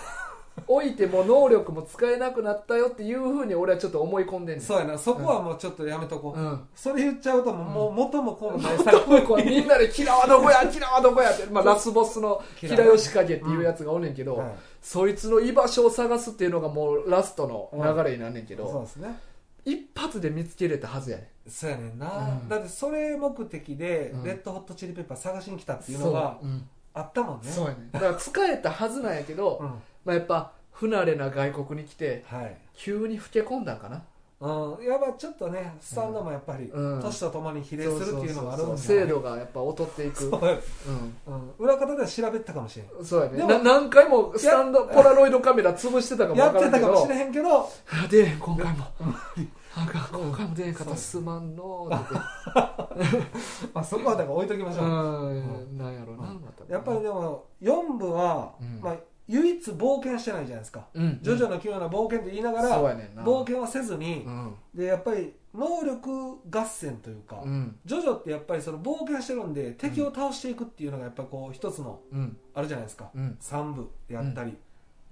S1: 置いてもう能力も使えなくなったよっていうふうに俺はちょっと思い込んでんねん
S2: そうやなそこはもうちょっとやめとこう、
S1: うん
S2: それ言っちゃうともう,、もう元も子もないさ
S1: こうみんなで「キラはどこ やキラはどこや」って、まあ、ラスボスの「キラヨシカゲ」っていうやつがおんねんけど、
S2: はい
S1: そいつの居場所を探すっていうのがもうラストの流れになんねんけど、
S2: そうですね
S1: 一発で見つけれたはずやね
S2: そうやねんな、
S1: うん
S2: だってそれ目的で、
S1: うん
S2: レッドホットチリペッパー探しに来たって
S1: ん
S2: いうのが
S1: そう,、うん
S2: あったもんね
S1: そうやねだから使えたはずなんやけど、
S2: うん
S1: まあ、やっぱ不慣れな外国に来て
S2: はい
S1: 急に老け込んだんかな
S2: うん、やっぱちょっとねスタンドもやっぱり、
S1: うん
S2: 年とともに比例するっていうのがあるん
S1: そうそうそう
S2: で
S1: 精度がやっぱ劣っていくう
S2: うん、裏方では調べてたかもしれん
S1: んそうやね
S2: でも
S1: な何回もスタンドポラロイドカメラ潰してたかも
S2: や
S1: わ
S2: っ
S1: から
S2: て
S1: んけ
S2: た
S1: ど
S2: かもしれへんけど
S1: あ出えへん今回もあかん今回も出えへんかったすまんのーって
S2: まあそこはだから置いときまし
S1: う
S2: ょう、
S1: んなんやろなまた
S2: やっぱりでも4部は、
S1: うん
S2: まあ、唯一冒険してないじゃないですか、
S1: うん
S2: ジョジョの奇妙な冒険って言いながら
S1: そうやねんな
S2: 冒険はせずに、
S1: うん
S2: でやっぱり能力合戦というか、
S1: うん
S2: ジョジョってやっぱりその冒険してるんで敵を倒していくっていうのがやっぱこう一つの
S1: うん
S2: あるじゃないですか、
S1: うん
S2: 3部であったり、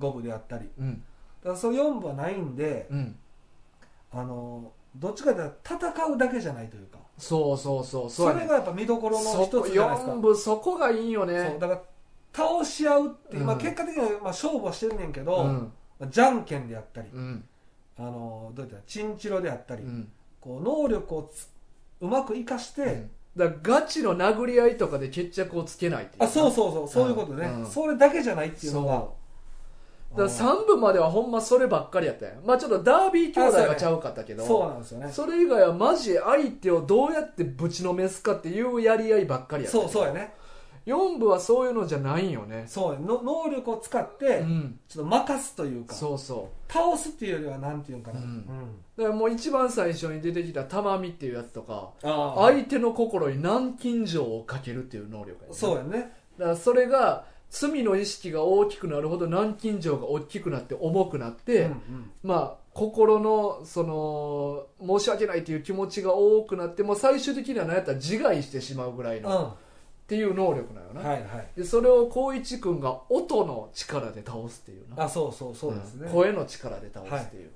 S2: 5部であったり
S1: うん
S2: だからその4部はないんで、
S1: うん
S2: あのどっちかというと戦うだけじゃないというか
S1: そうそうそうそ
S2: そ,、
S1: うやね
S2: れがやっぱ見どころの
S1: そ
S2: 一
S1: こ
S2: つじゃないですか
S1: 4部そこがいいよ
S2: そう
S1: ね
S2: だから倒し合うっていう、まあ、
S1: うん
S2: 結果的にはまあ勝負はしてんねんけ
S1: う
S2: ど、
S1: ん
S2: まあじゃんけんであったり、
S1: うん
S2: あのどうやったらチンチロであった
S1: う
S2: り、
S1: ん
S2: こう能力をつうまく生かして、
S1: だからガチの殴り合いとかで決着をつけないってい
S2: あそう
S1: う
S2: そうそうそういうことね、
S1: うん
S2: それだけじゃないっていうのが
S1: そうだ
S2: あ
S1: か
S2: の
S1: ら3部まではほんまそればっかりやったやんまあちょっとダービー兄弟がちゃうかったけど
S2: そうなんですよね
S1: それ以外はマジ相手をどうやってぶちのめすかっていうやり合いばっかりやった
S2: そうそうやね
S1: 4部はそういうのじゃないんよね
S2: そうやの能力を使っ
S1: う
S2: て
S1: ん
S2: ちょっと任すというか、
S1: そうそ
S2: 倒すっていうよりはなんていうんかな、
S1: うん
S2: うん
S1: うだからもう一番最初に出てきた玉美っていうやつとか
S2: あー
S1: 相手の心に軟禁状をかけるっていう能力やね、
S2: そうやね
S1: だからそれが罪の意識が大きくなるほど軟禁状が大きくなって重くなって、
S2: うんうん
S1: まあ心のその申し訳ないという気持ちが多くなってもう最終的には何やったら自害してしまうぐらいの、っ
S2: は
S1: ていう能力なのよ
S2: い
S1: な、
S2: はい
S1: でそれを光一君が音の力で倒すっていうな
S2: あそうそうそうですね、
S1: ん
S2: こ
S1: 声の力で倒すっていう、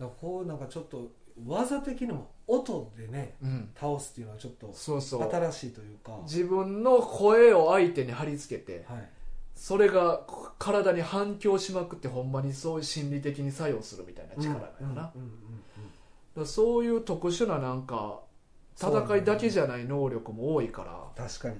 S2: うこうなんかちょっと技的にも音でね
S1: うん、
S2: 倒すっていうのはちょっと
S1: そうそう
S2: 新しいというか
S1: 自分の声を相手に貼り付けて
S2: はい
S1: それがこ体に反響しまくってほんまにそういう心理的に作用するみたいな力だよな、だか
S2: うんうんうんうん
S1: らそういう特殊ななんか戦いだけじゃない能力も多いから
S2: 確かに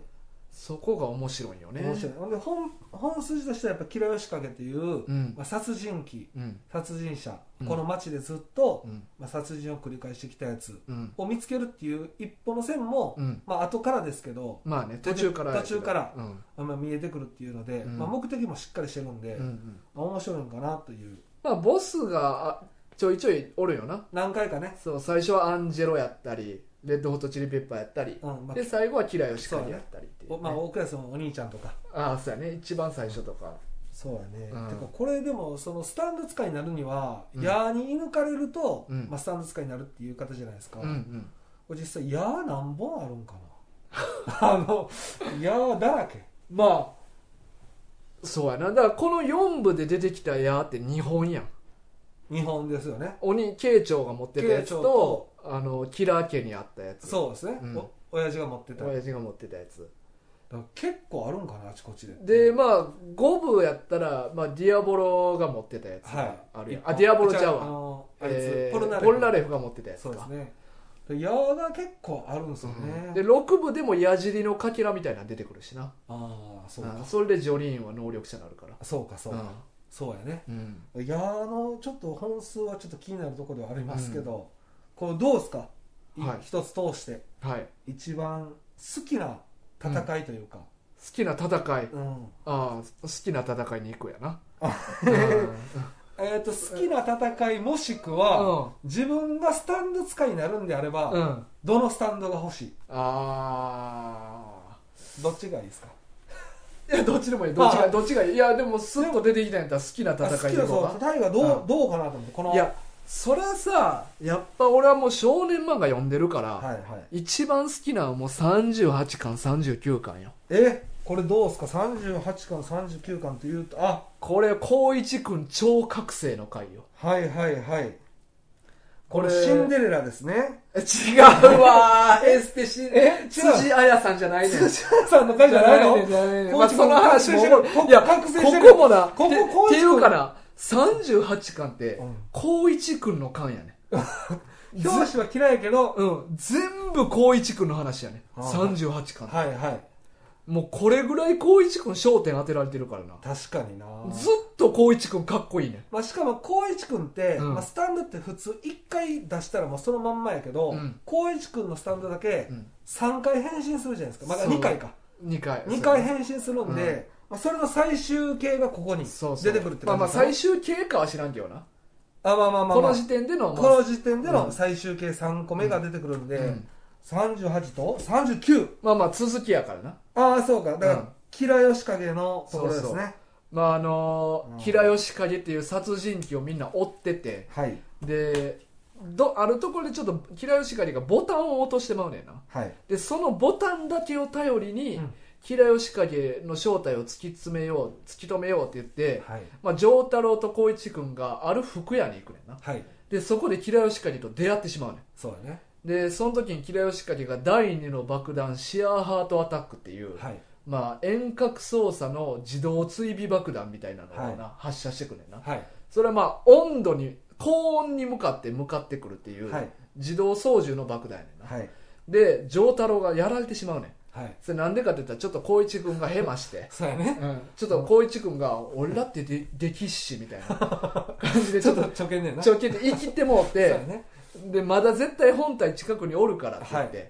S1: そこが面白いよね
S2: 面白い、ほんで本本筋としてはやっぱ「キラヨシカゲ」っていう、
S1: うん
S2: まあ、殺人鬼
S1: うん
S2: 殺人者、
S1: うん
S2: この町でずっと、
S1: うん
S2: まあ、殺人を繰り返してきたやつ
S1: うん
S2: を見つけるっていう一歩の線も、
S1: うん
S2: まあ後からですけど、
S1: まあね途中からやけど
S2: 途中から
S1: うん
S2: まあ、見えてくるっていうので、
S1: うん
S2: まあ、目的もしっかりしてるんで、
S1: うんうん
S2: まあ面白いんかなという
S1: まあボスがあちょいちょいおるよな
S2: 何回かね、
S1: そう最初はアンジェロやったりレッドホットチリペッパーやったり、
S2: うんまあ
S1: で最後はキラヨシカリやったりっていう、ね
S2: おまあ、大クラスのお兄ちゃんとか
S1: ああそうやね一番最初とか
S2: そうやね、
S1: うん
S2: てかこれでもそのスタンド使いになるには、
S1: うん
S2: 矢に射抜かれると、
S1: うん
S2: まあ、スタンド使いになるっていう方じゃないですか、
S1: うんうん
S2: これ実際矢何本ある んかなあの矢だらけ
S1: まあそうやなだからこの4部で出てきた矢って2本やん
S2: 日本ですよね
S1: 鬼慶長が持ってたやつ
S2: 慶
S1: と
S2: 長と
S1: あのキラー家にあったやつ
S2: そうですね、
S1: うん
S2: お親父が持ってただか
S1: 親父が持ってたやつ
S2: ら結構あるんかなあちこちで
S1: でまあ5部やったら、まあ、ディアボロが持ってたやつ
S2: はい
S1: があるやん、あディアボロちゃう
S2: あ
S1: わ
S2: のあれです、
S1: えー
S2: ポルナレフ
S1: ポルナレフが持ってたやつ
S2: そうで
S1: か
S2: すねで矢が結構あるんですよね、
S1: うんで6部でも矢尻のかけらみたいなの出てくるしな
S2: ああそうか、
S1: うんそれでジョリーンは能力者になるから
S2: そうかそうか、そうやね
S1: うんうん
S2: いやーあのちょっと本数はちょっと気になるところではありますけど、こうどうですか、い
S1: はい
S2: 一つ通して
S1: はい好
S2: 一番好きな戦いというか、
S1: きな戦い
S2: うん
S1: ああ好きな戦いに行くやな
S2: えー、と好きな戦いもしくは、自分がスタンド使いになるんであれば、
S1: うん、うん、
S2: どのスタンドが欲しい
S1: ああ
S2: どっちがいいですか
S1: いやどっちでもいいどっちが
S2: あ
S1: どっちがいいいやでもスッと出てきたんやったら好きな
S2: あ好
S1: 戦い
S2: き
S1: で
S2: ない
S1: こ
S2: そううタイがどう,、
S1: うん
S2: どうかなと思ってこ
S1: か
S2: の
S1: いやそりゃさやっぱ俺はもう少年漫画読んでるから、
S2: はいはい
S1: 一番好きなのはもう38巻39巻よ
S2: えこれどうですか38巻39巻というとあ
S1: これ光一君超覚醒の回よ
S2: はいはいはい
S1: こ
S2: こ
S1: れ
S2: れシンデレラですね
S1: え違う わーエステシ
S2: え違う
S1: 辻彩さんじゃ ないねん
S2: さんの回じゃないの
S1: じゃないねん
S2: こ
S1: まあ
S2: っち
S1: その話も
S2: 覚醒してる
S1: いや
S2: 覚醒してる
S1: ここもな
S2: ここ
S1: てっ
S2: 光一君
S1: ていうかな38巻って
S2: うん
S1: 光一君の巻やね
S2: 表紙は嫌いやけど、
S1: うん全部光一君の話やね
S2: ああ
S1: 38巻
S2: はいはい
S1: もうこれぐらい光一君焦点当てられてるからな
S2: 確かにな
S1: ずっと光一君かっこいいね
S2: まあ、しかも光一君って、
S1: うん
S2: まあ、スタンドって普通1回出したらもうそのまんまやけど、
S1: うん
S2: 光一君のスタンドだけ
S1: うん
S2: 3回変身するじゃないですか、まだ
S1: そう
S2: 2回か
S1: 2回
S2: 2回変身するんで、
S1: うん
S2: まあ、それの最終形がここに
S1: そうそう
S2: 出てくるって
S1: まあ
S2: 感じ
S1: まあ
S2: ですかね
S1: 最終経過は知らんけどな
S2: あまあまあまあ、
S1: こ
S2: まあ
S1: の時点でのまあ
S2: この時点で
S1: うん
S2: の最終形3個目が出てくるんで、
S1: うん
S2: 38と39
S1: まあまあ続きやからな
S2: ああそうかだから、
S1: うん
S2: 吉良義景のところですね
S1: そうそうまああの
S2: うん
S1: ー平吉影っていう殺人鬼をみんな追ってて
S2: はい
S1: でどあるところでちょっと平吉影がボタンを落としてまうねんな
S2: はい
S1: でそのボタンだけを頼りに、
S2: うん
S1: 吉良吉影の正体を突き詰めよう突き止めようって言って、
S2: はい
S1: まあ、丈太郎と光一君がある服屋に行くねんな
S2: はい
S1: でそこで吉良吉影と出会ってしまうねん
S2: そうだね
S1: でその時に吉良吉影が第二の爆弾シアーハートアタックっていう、
S2: はい
S1: まあ、遠隔操作の自動追尾爆弾みたいなのをな、
S2: は
S1: 発射してくねんな
S2: はい
S1: それはまあ温度に高温に向かって向かってくるっていう、
S2: はい
S1: 自動操縦の爆弾やねんな、
S2: はい
S1: で丈太郎がやられてしまうねん
S2: はい、
S1: それなんでかって言ったらちょっと光一君がヘマして
S2: そうやね
S1: うんちょっと光一君が「俺だってでできっし」みた いな感じで
S2: ち
S1: ち
S2: ょ
S1: ょ
S2: っ
S1: っと
S2: とちょけんねんな
S1: ちょけて生きてもう
S2: そう
S1: て
S2: やね
S1: でまだ絶対本体近くにおるからって言って、
S2: は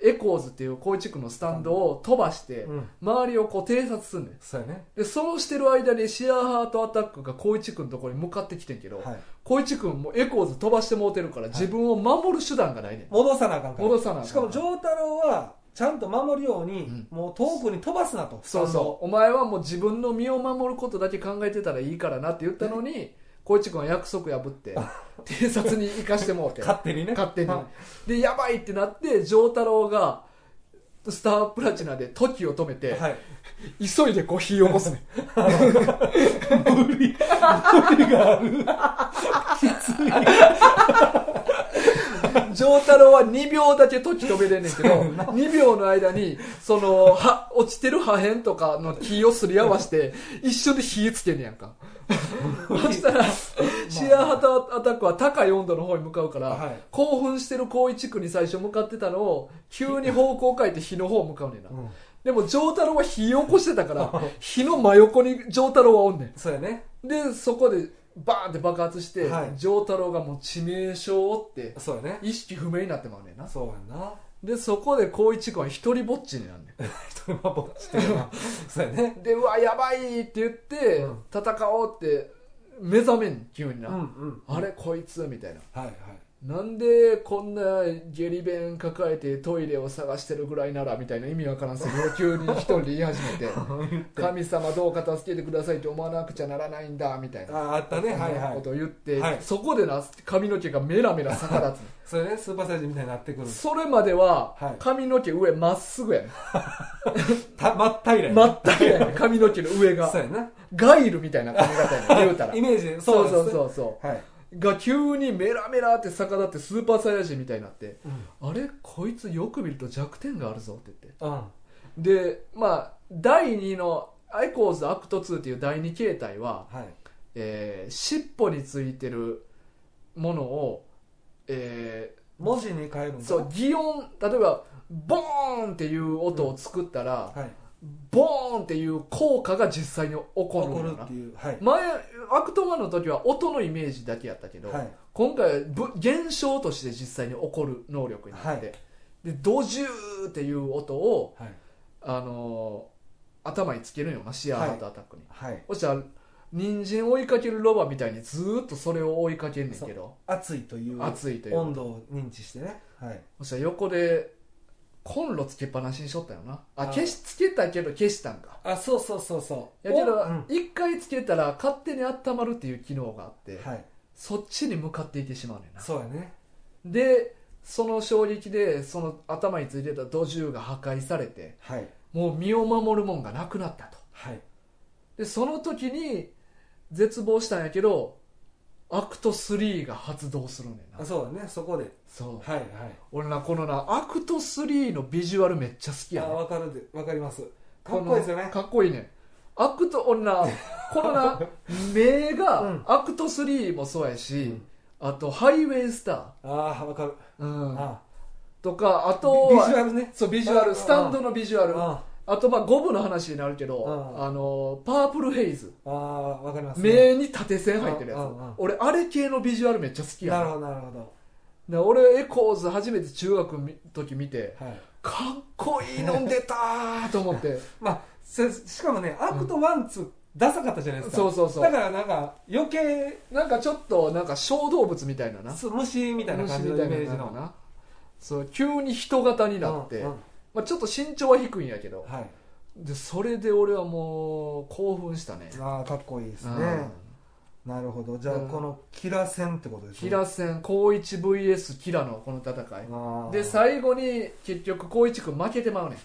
S1: エコーズっていう光一君のスタンドを飛ばして、
S2: うん
S1: 周りをこう偵察すんねん
S2: そうやね
S1: でそうしてる間にシアーハートアタックが光一君のところに向かってきてんけど、
S2: はい
S1: 光一君もエコーズ飛ばしてもうてるから
S2: い
S1: 自分を守る手段がないねん、
S2: 戻さなあかんから
S1: 戻さなあかん
S2: しかも丈太郎はちゃんと守るように、
S1: うん
S2: もう遠くに飛ばすなと
S1: そうそうお前はもう自分の身を守ることだけ考えてたらいいからなって言ったのに光一君は約束破 って偵察に行かしてもうて
S2: 勝手にね
S1: 勝手に
S2: は
S1: でやばいってなって丈太郎がスタープラチナで時を止め
S2: い
S1: て、
S2: はい
S1: 急いでこう火起こす ね
S2: 無理無理がある
S1: 丈太郎は2秒だけ時止めれんねんけど2秒 の間にそのは落ちてる破片とかの木をすり合わせて一瞬で火つけんねやん かそしたらシアーハタアタックは高い温度の方に向かうから、
S2: はい
S1: 興奮してる光一区に最初向かってたのを急に方向変えて火の方向かうねんな、
S2: うん
S1: でも丈太郎は火起こしてたから 火の真横に丈太郎はおんねん
S2: そうやね
S1: でそこでバーンって爆発して、
S2: はい
S1: 丈太郎がもう致命傷を負って
S2: そうやね
S1: 意識不明になってまうねんな
S2: そうやな
S1: でそこで光一君は一人ぼっちになんね
S2: 人ま ぼっちっていうのはそうやね
S1: んでうわやばいって言って、
S2: うん
S1: 戦おうって目覚めん急にな、
S2: うんうん
S1: あれこいつみたいな
S2: はいはい
S1: なんでこんな下痢弁抱えてトイレを探してるぐらいならみたいな意味わからんすぎを急に一人で言い始 めて神様どうか助けてくださいって思わなくちゃならないんだみたい
S2: あ
S1: な
S2: ーあったねはいは
S1: こ
S2: い
S1: とを言って、
S2: はい
S1: そこでな髪の毛がメラメラ逆 立つ
S2: それねスーパーサイズみたいになってくるんです
S1: それまでは
S2: はい
S1: 髪の毛上まっすぐやね
S2: た真っ平らや
S1: ん
S2: な
S1: 真っ平らやねん髪の毛の上
S2: そ
S1: が
S2: うやな
S1: ガイルみたいな髪型やねん言うたら
S2: イメージで
S1: そ
S2: そうう
S1: そ
S2: そうう
S1: そ
S2: そう
S1: そう
S2: うはい
S1: が急にメラメラって逆立ってスーパーサイヤ人みたいになって、あれこいつよく見ると弱点があるぞって言って
S2: うん
S1: でまあ第2のアイコーズアクト2っていう第2形態は、
S2: はい
S1: えー尻尾についてるものを、え
S2: 文字に変えるん
S1: ー
S2: だ
S1: そう擬音例えばボーンっていう音を作ったら、
S2: はい
S1: ボーンっていう効果が実際に起こ
S2: 怒
S1: るんだ
S2: るっ
S1: な
S2: ていうはい
S1: 前アクト1の時は音のイメージだけやったけど、
S2: はい
S1: 今回はぶ現象として実際に起こる能力になって、
S2: は
S1: でドジューっていう音を、
S2: はい
S1: あのー頭につけるんよなシアーハートアタックに、
S2: はい
S1: そしたら人参追いかけるロバみたいにずーっとそれを追いかけんねんけど
S2: 熱いという
S1: 熱いという
S2: 温度を認知してねはい
S1: そしたら横でコンロつけっぱなしにしとったよなあ
S2: あ
S1: 消しつけたけど消したんか
S2: あそうそうそうそう
S1: やけ
S2: お
S1: ど
S2: うん
S1: 一回つけたら勝手に温まるっていう機能があって、
S2: はい
S1: そっちに向かっていってしまうねんな
S2: そうやね
S1: でその衝撃でその頭についてた土銃が破壊されて
S2: はい
S1: もう身を守るもんがなくなったと
S2: はい
S1: でその時に絶望したんやけどアクト3が発動するねん
S2: あ
S1: な
S2: そうだねそこで
S1: そう
S2: はいはい
S1: 俺なこのなアクト3のビジュアルめっちゃ好きや
S2: あ
S1: ね
S2: わかるでわかりますか
S1: こ
S2: っ
S1: の
S2: こいいですよね
S1: かっこいいねアクト俺なこのな目
S2: う
S1: が
S2: ん
S1: アクト3もそうやし、
S2: うん
S1: あとハイウェイスタ
S2: ああわかる
S1: ー、うん、
S2: あ
S1: とかあと
S2: ビビジュアルね
S1: そうビジュア
S2: う
S1: ル
S2: ん
S1: スタンドのビジュアル
S2: あ
S1: あとまあゴムの話になるけど、
S2: うん
S1: あのパープルヘイズ
S2: あわかります
S1: 目
S2: ね
S1: に縦線入ってるやつ、
S2: うんうん
S1: 俺あれ系のビジュアルめっちゃ好きや
S2: な
S1: な
S2: るほどなるほど
S1: で俺エコーズ初めて中学の時見て
S2: はい
S1: かっこいい飲んでたーと思って
S2: まあせしかもねアクトワンツーダサかったじゃないですか
S1: そうそうそう
S2: だからなんか余計
S1: なんかちょっとなんか小動物みたいなな
S2: そう虫みたいな感じのイメージ
S1: 虫みたいなのか
S2: の
S1: なそう急に人型になって、
S2: うんうん
S1: まあ、ちょっと身長は低いんやけど
S2: はい
S1: でそれで俺はもう興奮したね
S2: ああかっこいいですね
S1: うん
S2: なるほどじゃあ
S1: うん
S2: このキラ戦ってことです
S1: キラ戦高一 VS キラのこの戦い
S2: あー
S1: で最後に結局光一君負けてまうねん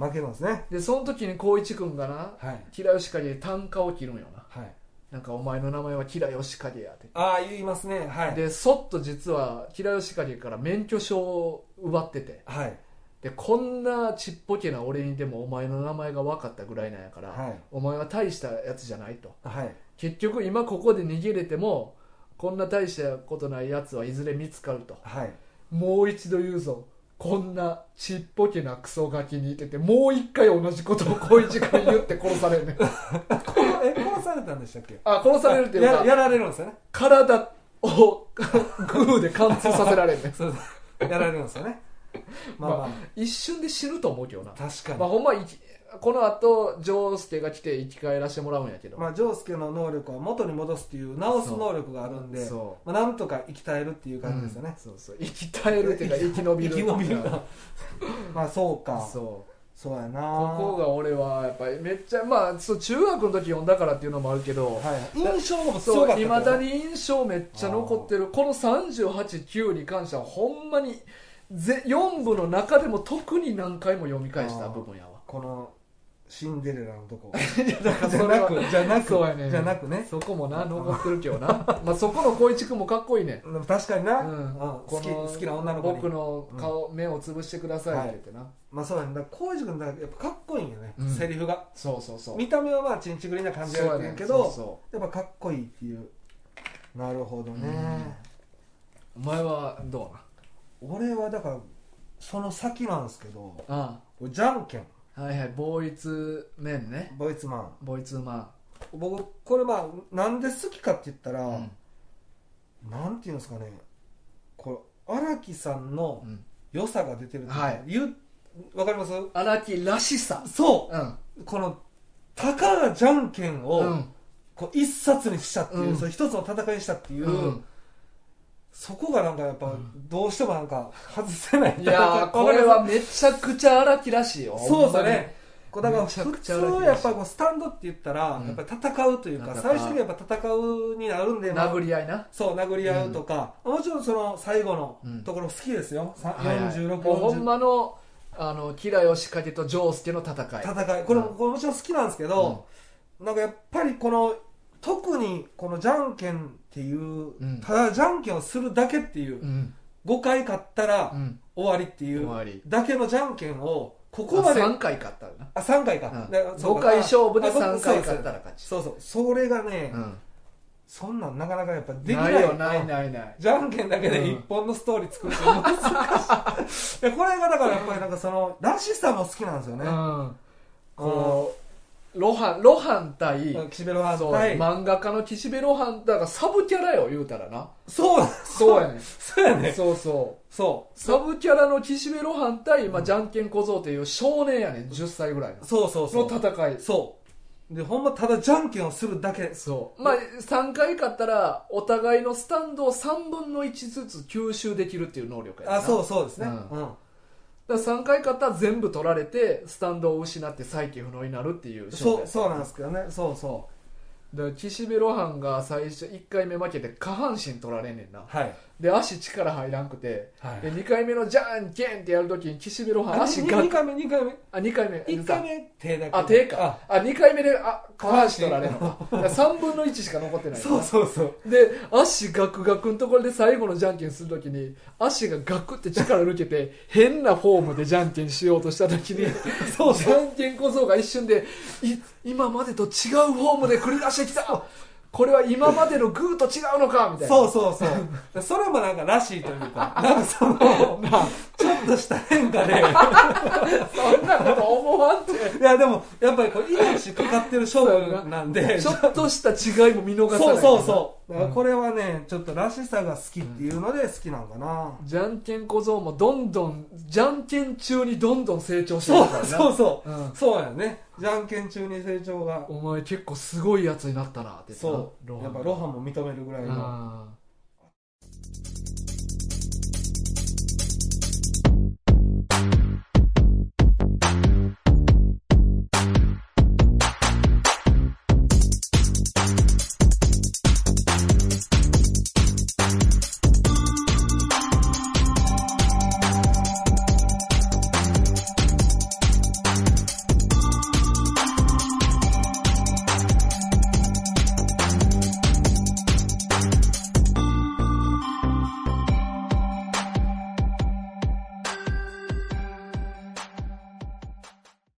S2: 負けますね
S1: でその時に光一君がな
S2: はい
S1: キラヨシカゲに単価を切るんよな
S2: はい
S1: なんかお前の名前はキラヨシカゲやって
S2: ああ言いますねはい
S1: でそっと実はキラヨシカゲから免許証を奪ってて
S2: はい
S1: でこんなちっぽけな俺にでもお前の名前が分かったぐらいなんやから、
S2: はい
S1: お前は大したやつじゃないと
S2: はい
S1: 結局今ここで逃げれてもこんな大したことないやつはいずれ見つかると
S2: はい
S1: もう一度言うぞこんなちっぽけなクソガキにいててもう一回同じことを小一君言って殺されるねん
S2: このえ殺されたんでしたっけ
S1: あ殺されるっていう
S2: や
S1: か
S2: やられるんですよね
S1: 体をグーで貫通させられるねん
S2: そうそうやられるんですよねまあまあ、
S1: 一瞬で死ぬと思うけどな、
S2: 確かに
S1: まあ、ほんま生きこの後ジョースケが来て生き返らしてもらうんやけど、
S2: まあ、ジョースケの能力は元に戻すっていう直す能力があるんで
S1: そう
S2: まあ、なんとか生き耐えるっていう感じですよね、
S1: そうそう生き耐えるっていうか生き延びる
S2: 生き延びるなまあそうかそう
S1: そう
S2: やな
S1: ここが俺はやっぱりめっちゃまあそう中学の時読んだからっていうのもあるけど、
S2: はい、印象もすご
S1: そ
S2: かっ
S1: う
S2: た
S1: いまだに印象めっちゃ残ってるこの389に関してはほんまにぜ4部の中でも特に何回も読み返した部分やわ
S2: このシンデレラのとこ
S1: から
S2: じゃ なくじゃなく
S1: そうやね
S2: じゃなくね
S1: そこもな残ってるけ どなまあそこの光一君もかっこいいね
S2: でも確かにな、
S1: うん
S2: うん好
S1: こ
S2: き
S1: の
S2: 好きな女の子に
S1: 僕の顔、目を潰してくださいって言ってな、
S2: まあそうやねだから浩二君だからやっぱかっこいいんよね、
S1: うん
S2: セリフが
S1: そうそうそう
S2: 見た目はまあちんちぐりな感じがある
S1: そうやね
S2: けど
S1: そうそ
S2: やっぱかっこいいっていうなるほどね、
S1: うお前はど
S2: 俺はだからその先なんですけど
S1: うなんあ
S2: 俺じゃんけん
S1: あはいはいボーイツメンね
S2: ボイツマン
S1: ボーイツーマ
S2: 僕これまあなんで好きかって言ったら、
S1: ンうん
S2: なんていうんですかねこれ荒木さんの
S1: うん
S2: 良さが出てるってうか
S1: はい
S2: 言うわかります
S1: 荒木らしさ
S2: そ
S1: うん
S2: うこのたかがじゃんけんを、
S1: うん
S2: こう一冊にしたっていう、
S1: うん
S2: それ一つの戦いにしたっていう、
S1: うん
S2: そこがなんかやっぱどうしてもなんか外せない
S1: い やーこれはめちゃくちゃ荒木らしいよ
S2: そうですね。こうだから
S1: めちゃく
S2: 普
S1: ちゃ荒い気が
S2: 通
S1: し
S2: やっぱこうスタンドって言ったら、
S1: うん
S2: やっぱ戦うというか
S1: 戦う
S2: 最終的にやっぱ戦うになるんで、
S1: ほん
S2: ま
S1: ま
S2: あ
S1: に殴り合いな
S2: そう殴り合うとか、もちろんその最後の
S1: うん
S2: ところ好きですよ、さ
S1: はいはい
S2: 46、
S1: もうほん
S2: 40
S1: まのあの吉良義景と丈介の戦い
S2: 戦いこれもこれもちろん好きなんですけど、なんかやっぱりこの特にこのじゃんけんっていう、
S1: ん
S2: ただじゃんけんをするだけっていう、
S1: うん
S2: 5回勝ったら
S1: うん
S2: 終わりってい
S1: 終
S2: う
S1: わり
S2: だけのじゃんけんをこ
S1: こ
S2: こまで
S1: 3回勝ったらな
S2: あ3回か,、だからそう
S1: 5
S2: か
S1: 回勝負で
S2: あご
S1: 3
S2: そう
S1: 回
S2: です
S1: 勝ったら勝ち
S2: そうそうそれがね、
S1: うん
S2: そんなんなかなかやっぱできな
S1: ないいよないないない
S2: じゃんけんだけ
S1: うん
S2: で一本のストーリー作るって難しい いやこれがだからやっぱりなんかそのらしさも好きなんですよね、
S1: うん
S2: こ
S1: こうロハンロハン対
S2: う岸辺露伴
S1: そう
S2: 対
S1: 漫画家の岸辺露伴だからサブキャラよ言うたらな
S2: そう
S1: そうやね
S2: そうや
S1: ん
S2: ね
S1: そうそう
S2: そ
S1: サブキャラの岸辺露伴対、まあ、じゃんけん小僧という少年やねん10歳ぐらいの
S2: うそうそうそ
S1: の
S2: う
S1: 戦い
S2: そうでほんまただじゃんけんをするだけ
S1: そうまあ3回勝ったらお互いのスタンドを3分の1ずつ吸収できるっていう能力やな
S2: あそうそうですね、
S1: うん
S2: うん
S1: だから3回勝ったら全部取られてスタンドを失って再起不能になるっていう
S2: そうそうなんですすけどねそうそ
S1: だから岸辺露伴が最初1回目負けて下半身取られんねんな
S2: うはい、
S1: で足力入らんくて
S2: は
S1: で2回目のじゃんけんってやるときに岸辺露伴足が
S2: 2回目2回目
S1: あ2回目
S2: 1回目手だけ
S1: あ手かあ二2回目であ下半身取られるの かだから3分の1しか残って
S2: あ
S1: ない
S2: そうそうそう
S1: で足ガクガクのところで最後のじゃんけんするときに足がガクって力抜けて変なフォームでじゃんけんしようとしたときに
S2: そう
S1: じゃんけん小僧が一瞬でい今までと違うフォームで繰り出してきたこれは今までのグーと違うのかみたいな
S2: そうそうそう。それもなんからしいというか、なんかその、ちょっとした変化 で、
S1: そんなこと思わん て
S2: いやでも、やっぱりこう命かかってる勝負なんで、
S1: ち
S2: そ
S1: ょ
S2: う
S1: っとした違いも見逃さない
S2: そうそう。
S1: う
S2: だから
S1: ん
S2: これはね、ちょっとらしさが好きっていうので好きなんかな。
S1: じゃんけん小僧もどんどんじゃんけん中にどんどん成長して
S2: そ
S1: る
S2: う
S1: からな
S2: そうそうう。
S1: ん
S2: そうやね。じゃんけん中に成長が。
S1: お前結構すごいやつになったなって言ってな
S2: そう。やっぱロハンも認めるぐらいの。
S1: あー